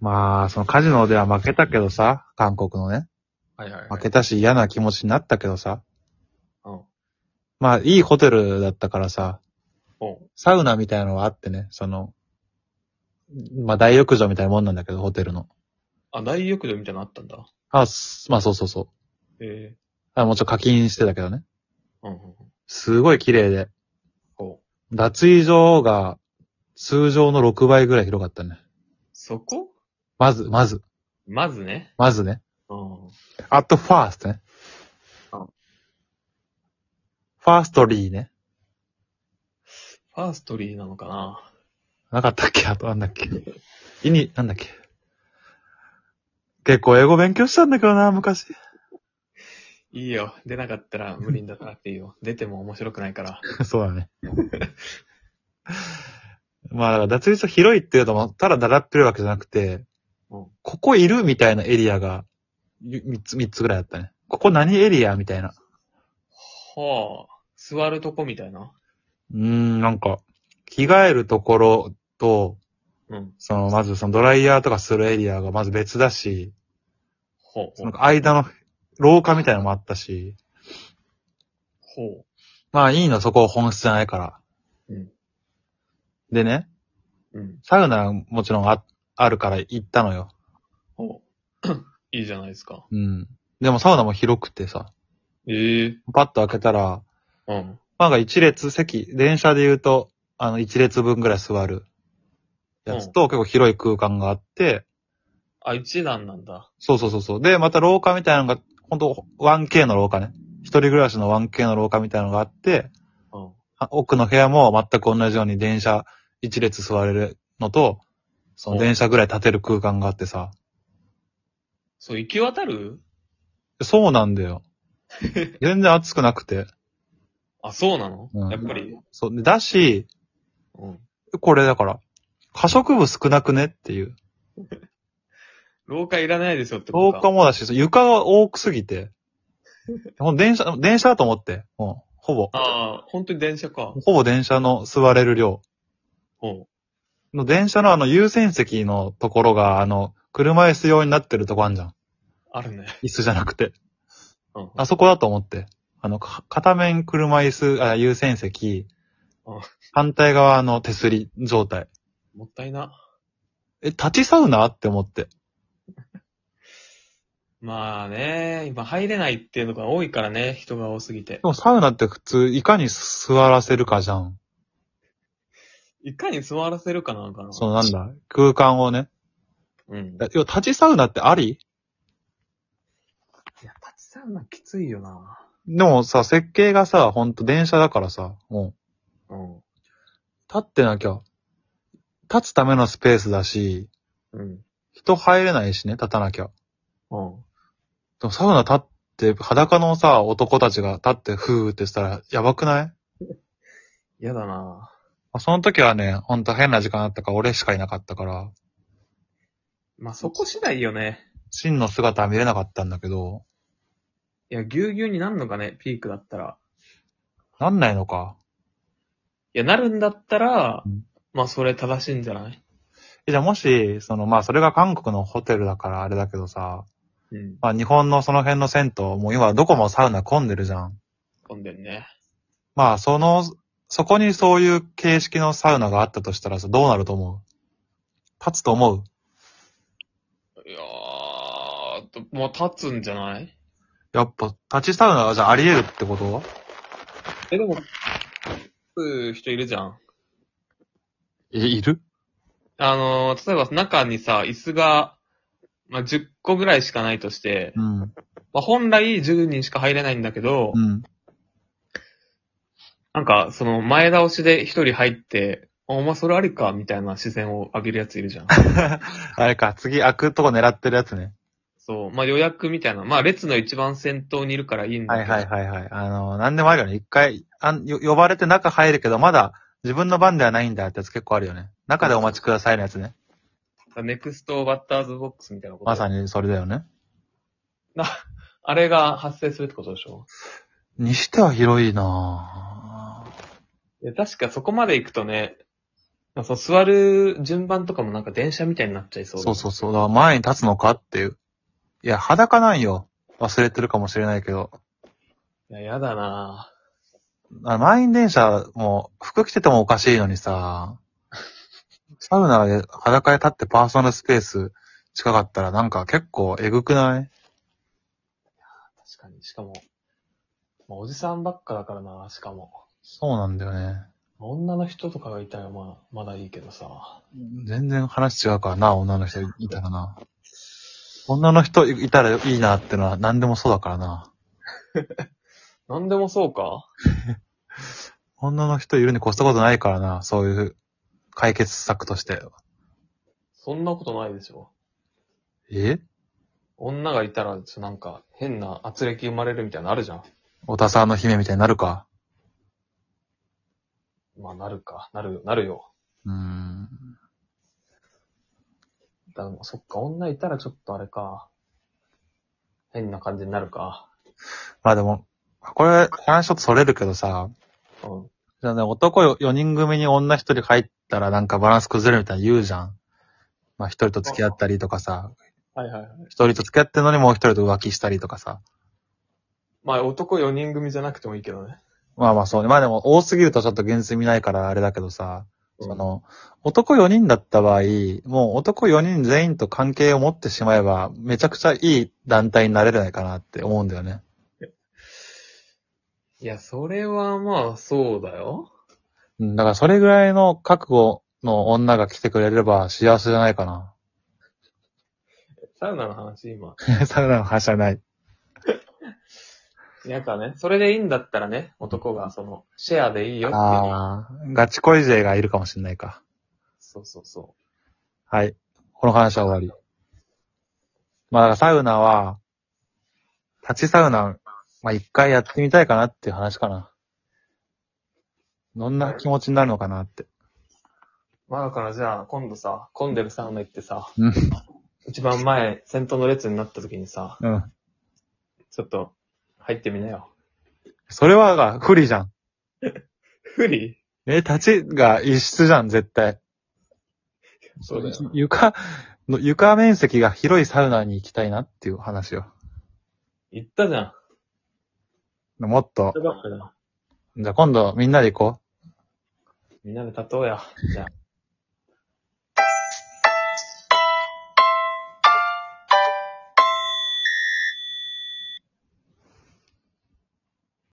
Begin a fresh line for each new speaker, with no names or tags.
まあ、そのカジノでは負けたけどさ、韓国のね。
はいはい、は
負
い。
けたし嫌な気持ちになったけどさ。
うん。
まあ、いいホテルだったからさ、
うん。
サウナみたいなのがあってね、その、まあ大浴場みたいなもんなんだけど、ホテルの。
あ、大浴場みたいなのあったんだ。
あ、すまあそうそうそう。
え
あ、もうちょっと課金してたけどね。
えうんうんうん。
すごい綺麗で。
ほう。
脱衣所が通常の6倍ぐらい広かったね。
そこ
まず、まず、
まずね。
まずね。
うん。
アットファーストね。
うん
ファーストリーね。
ファーストリーなのかな
なかったっけあとなんだっけ意味、なんだっけ結構英語勉強したんだけどな、昔。
いいよ。出なかったら無理に出さなくていいよ。 出ても面白くないから。
そうだね。 まあ、だから脱衣所広いっていうのも、ただだらってるわけじゃなくて、
うん
ここいるみたいなエリアが、3つ、三つぐらいあったね。ここ何エリアみたいな。
はあ。座るとこみたいな。
うーん、なんか、着替えるところと、
うん。
その、まずそのドライヤーとかするエリアがまず別だし、
ほう
そ。の間の廊下みたいなのもあったし、
ほ
まあいいの、そこ本質じゃないから。
う。うん。
でね、
うん。
サウナもちろんあ、あるから行ったのよ。
ほう。い いじゃないですか。
うん。でもサウナも広くてさ、
ええ
パッと開けたら、
うん。
まあが一列席、電車で言うと、あの一列分ぐらい座るやつと、結構広い空間があって、
あ、一段なんだ。
そうそうそうそう。で、また廊下みたいなのが、本当 1K の廊下ね。一人暮らしの 1K の廊下みたいなのがあって、
うん。
あ奥の部屋も全く同じように電車一列座れるのと、その電車ぐらい立てる空間があってさ。
そう、行き渡る
そうなんだ よ。全然暑くなくて。
あ、そうなの、
うん
やっぱり。
そう。でだし、
うん。
これだから、可食部少なくねっていう。
廊下いらないですよってこ
廊
とか。
下もだし、そう床が多くすぎて。ほん電車、電車だと思って。もう、ほぼ。
ああ、本当に電車か。
ほぼ電車の座れる量。
ほ
の電車のあの優先席のところが、あの、車椅子用になってるとこあんじゃん。
う。あるね。
椅子じゃなくて。
うん。
あそこだと思って。あの、か片面車椅子、あ、優先席
あ。
反対側の手すり状態。
もったいな。
え、立ちサウナって思って。
まあね、今入れないっていうのが多いからね、人が多すぎて
で。もサウナって普通、いかに座らせるかじゃん。
いかに座らせるかなんかな。
そのなんだ、空間をね。
うん。い
いや立ちサウナってあり
や、立ちサウナきついよな。
でもさ、設計がさ、ほんと電車だからさ、も
うん。
う、立ってなきゃ、立つためのスペースだし、
うん。
人入れないしね、立たなきゃ。
うん。
でもサウナ立って、裸のさ、男たちが立って、ふーってしたら、やばくない
嫌だな。
まあその時はね、ほんと変な時間だったから、俺しかいなかったから、
まあそこ次第よね。
真の姿は見れなかったんだけど、
いや、ぎゅうぎゅうになるのかね、ピークだったら。
なんないのか。
いや、なるんだったら
うん、
まあそれ正しいんじゃない
えじゃあもし、その、まあ、それが韓国のホテルだからあれだけどさ、
うん。
まあ、日本のその辺の銭湯、もう今どこもサウナ混んでるじゃん。
混んでるね。
まあ、その、そこにそういう形式のサウナがあったとしたらさ、どうなると思う立つと思う
いやー、もう立つんじゃない
やっぱ、立ちサウナはじゃああり得るってこと
え、でも、う人いるじゃん。
え、いる
あのー、例えば中にさ、椅子が、まあ、10個ぐらいしかないとして、
うん。
まあ、本来10人しか入れないんだけど、
うん。
なんか、その前倒しで1人入って、お前それありかみたいな視線を浴びるやついるじ ゃん。
あれか、次開くとこ狙ってるやつね。
そう。まあ、予約みたいな。まあ、列の一番先頭にいるからいいんだ
は
け
い
ど。
はいはいはい。あの、なんでもあるよね。一回あんよ、呼ばれて中入るけど、まだ自分の番ではないんだってやつ結構あるよね。中でお待ちくださいのやつね。
ネクストバッターズボックスみたいなこと。
まさにそれだよね。
あれが発生するってことでしょ
にしては広いなぁ。
いや確かそこまで行くとね、まあ、そう座る順番とかもなんか電車みたいになっちゃいそうだ
そうそうそう。だから前に立つのかっていう。いや、裸なんよ。忘れてるかもしれないけど。
いや、やだなぁ
あ満員電車も服着ててもおかしいのに さ、サウナで裸で立ってパーソナルスペース近かったらなんか結構えぐくない
確かに。しかも、まあ、おじさんばっかだからなしかも。
そうなんだよね。
女の人とかがいたらまあ、まだいいけどさ。
全然話違うからな、女の人いたらな。女の人いたらいいなってのは何でもそうだからな。
なんでもそうか
女の人いるに越したことないからな、そういう解決策として。
そんなことないでしょ。
え
女がいたら、ちょっとなんか、変な圧力生まれるみたいなのあるじゃん。
おたさんの姫みたいになるか。
まあ、なるか。なる、なるよ。
うーん。
だからそっか、女いたらちょっとあれか。変な感じになるか。
まあでも、これ、話ちょっとそれるけどさ、
うん。
じゃあね、男4人組に女1人入ったらなんかバランス崩れるみたいな言うじゃん。まあ1人と付き合ったりとかさ、
はいはいはい。
1人と付き合ってんのにもう1人と浮気したりとかさ。
まあ、男4人組じゃなくてもいいけどね。
まあまあそうね。まあでも多すぎるとちょっと現実見ないからあれだけどさ、
うん
その、男4人だった場合、もう男4人全員と関係を持ってしまえば、めちゃくちゃいい団体になれるんじゃないかなって思うんだよね。
いや、それはまあ、そうだよ。
うん、だからそれぐらいの覚悟の女が来てくれれば幸せじゃないかな。
サウナの話、今。
サウナの話じゃない。
なんかね、それでいいんだったらね、男が、その、シェアでいいよっていう。
ああ、ガチ恋勢がいるかもしれないか。
そうそうそ
はい。この話は終わり。まあ、だからサウナは、立ちサウナ、まあ一回やってみたいかなっていう話かな。どんな気持ちになるのかなって。
う。まあ、だからじゃあ、今度さ、混んでるサウナ行ってさ、
うん。
一番前、先頭の列になった時にさ、
うん。
ちょっと、入ってみなよ。
それはが不利じゃん。
不利
え、立ちが異質じゃん、絶対。
そうだよ。
床の、床面積が広いサウナに行きたいなっていう話よ。
行ったじゃん。
もっと、
よかったじゃん。
じゃあ今度みんなで行こう。
みんなで立とうや。じゃあ。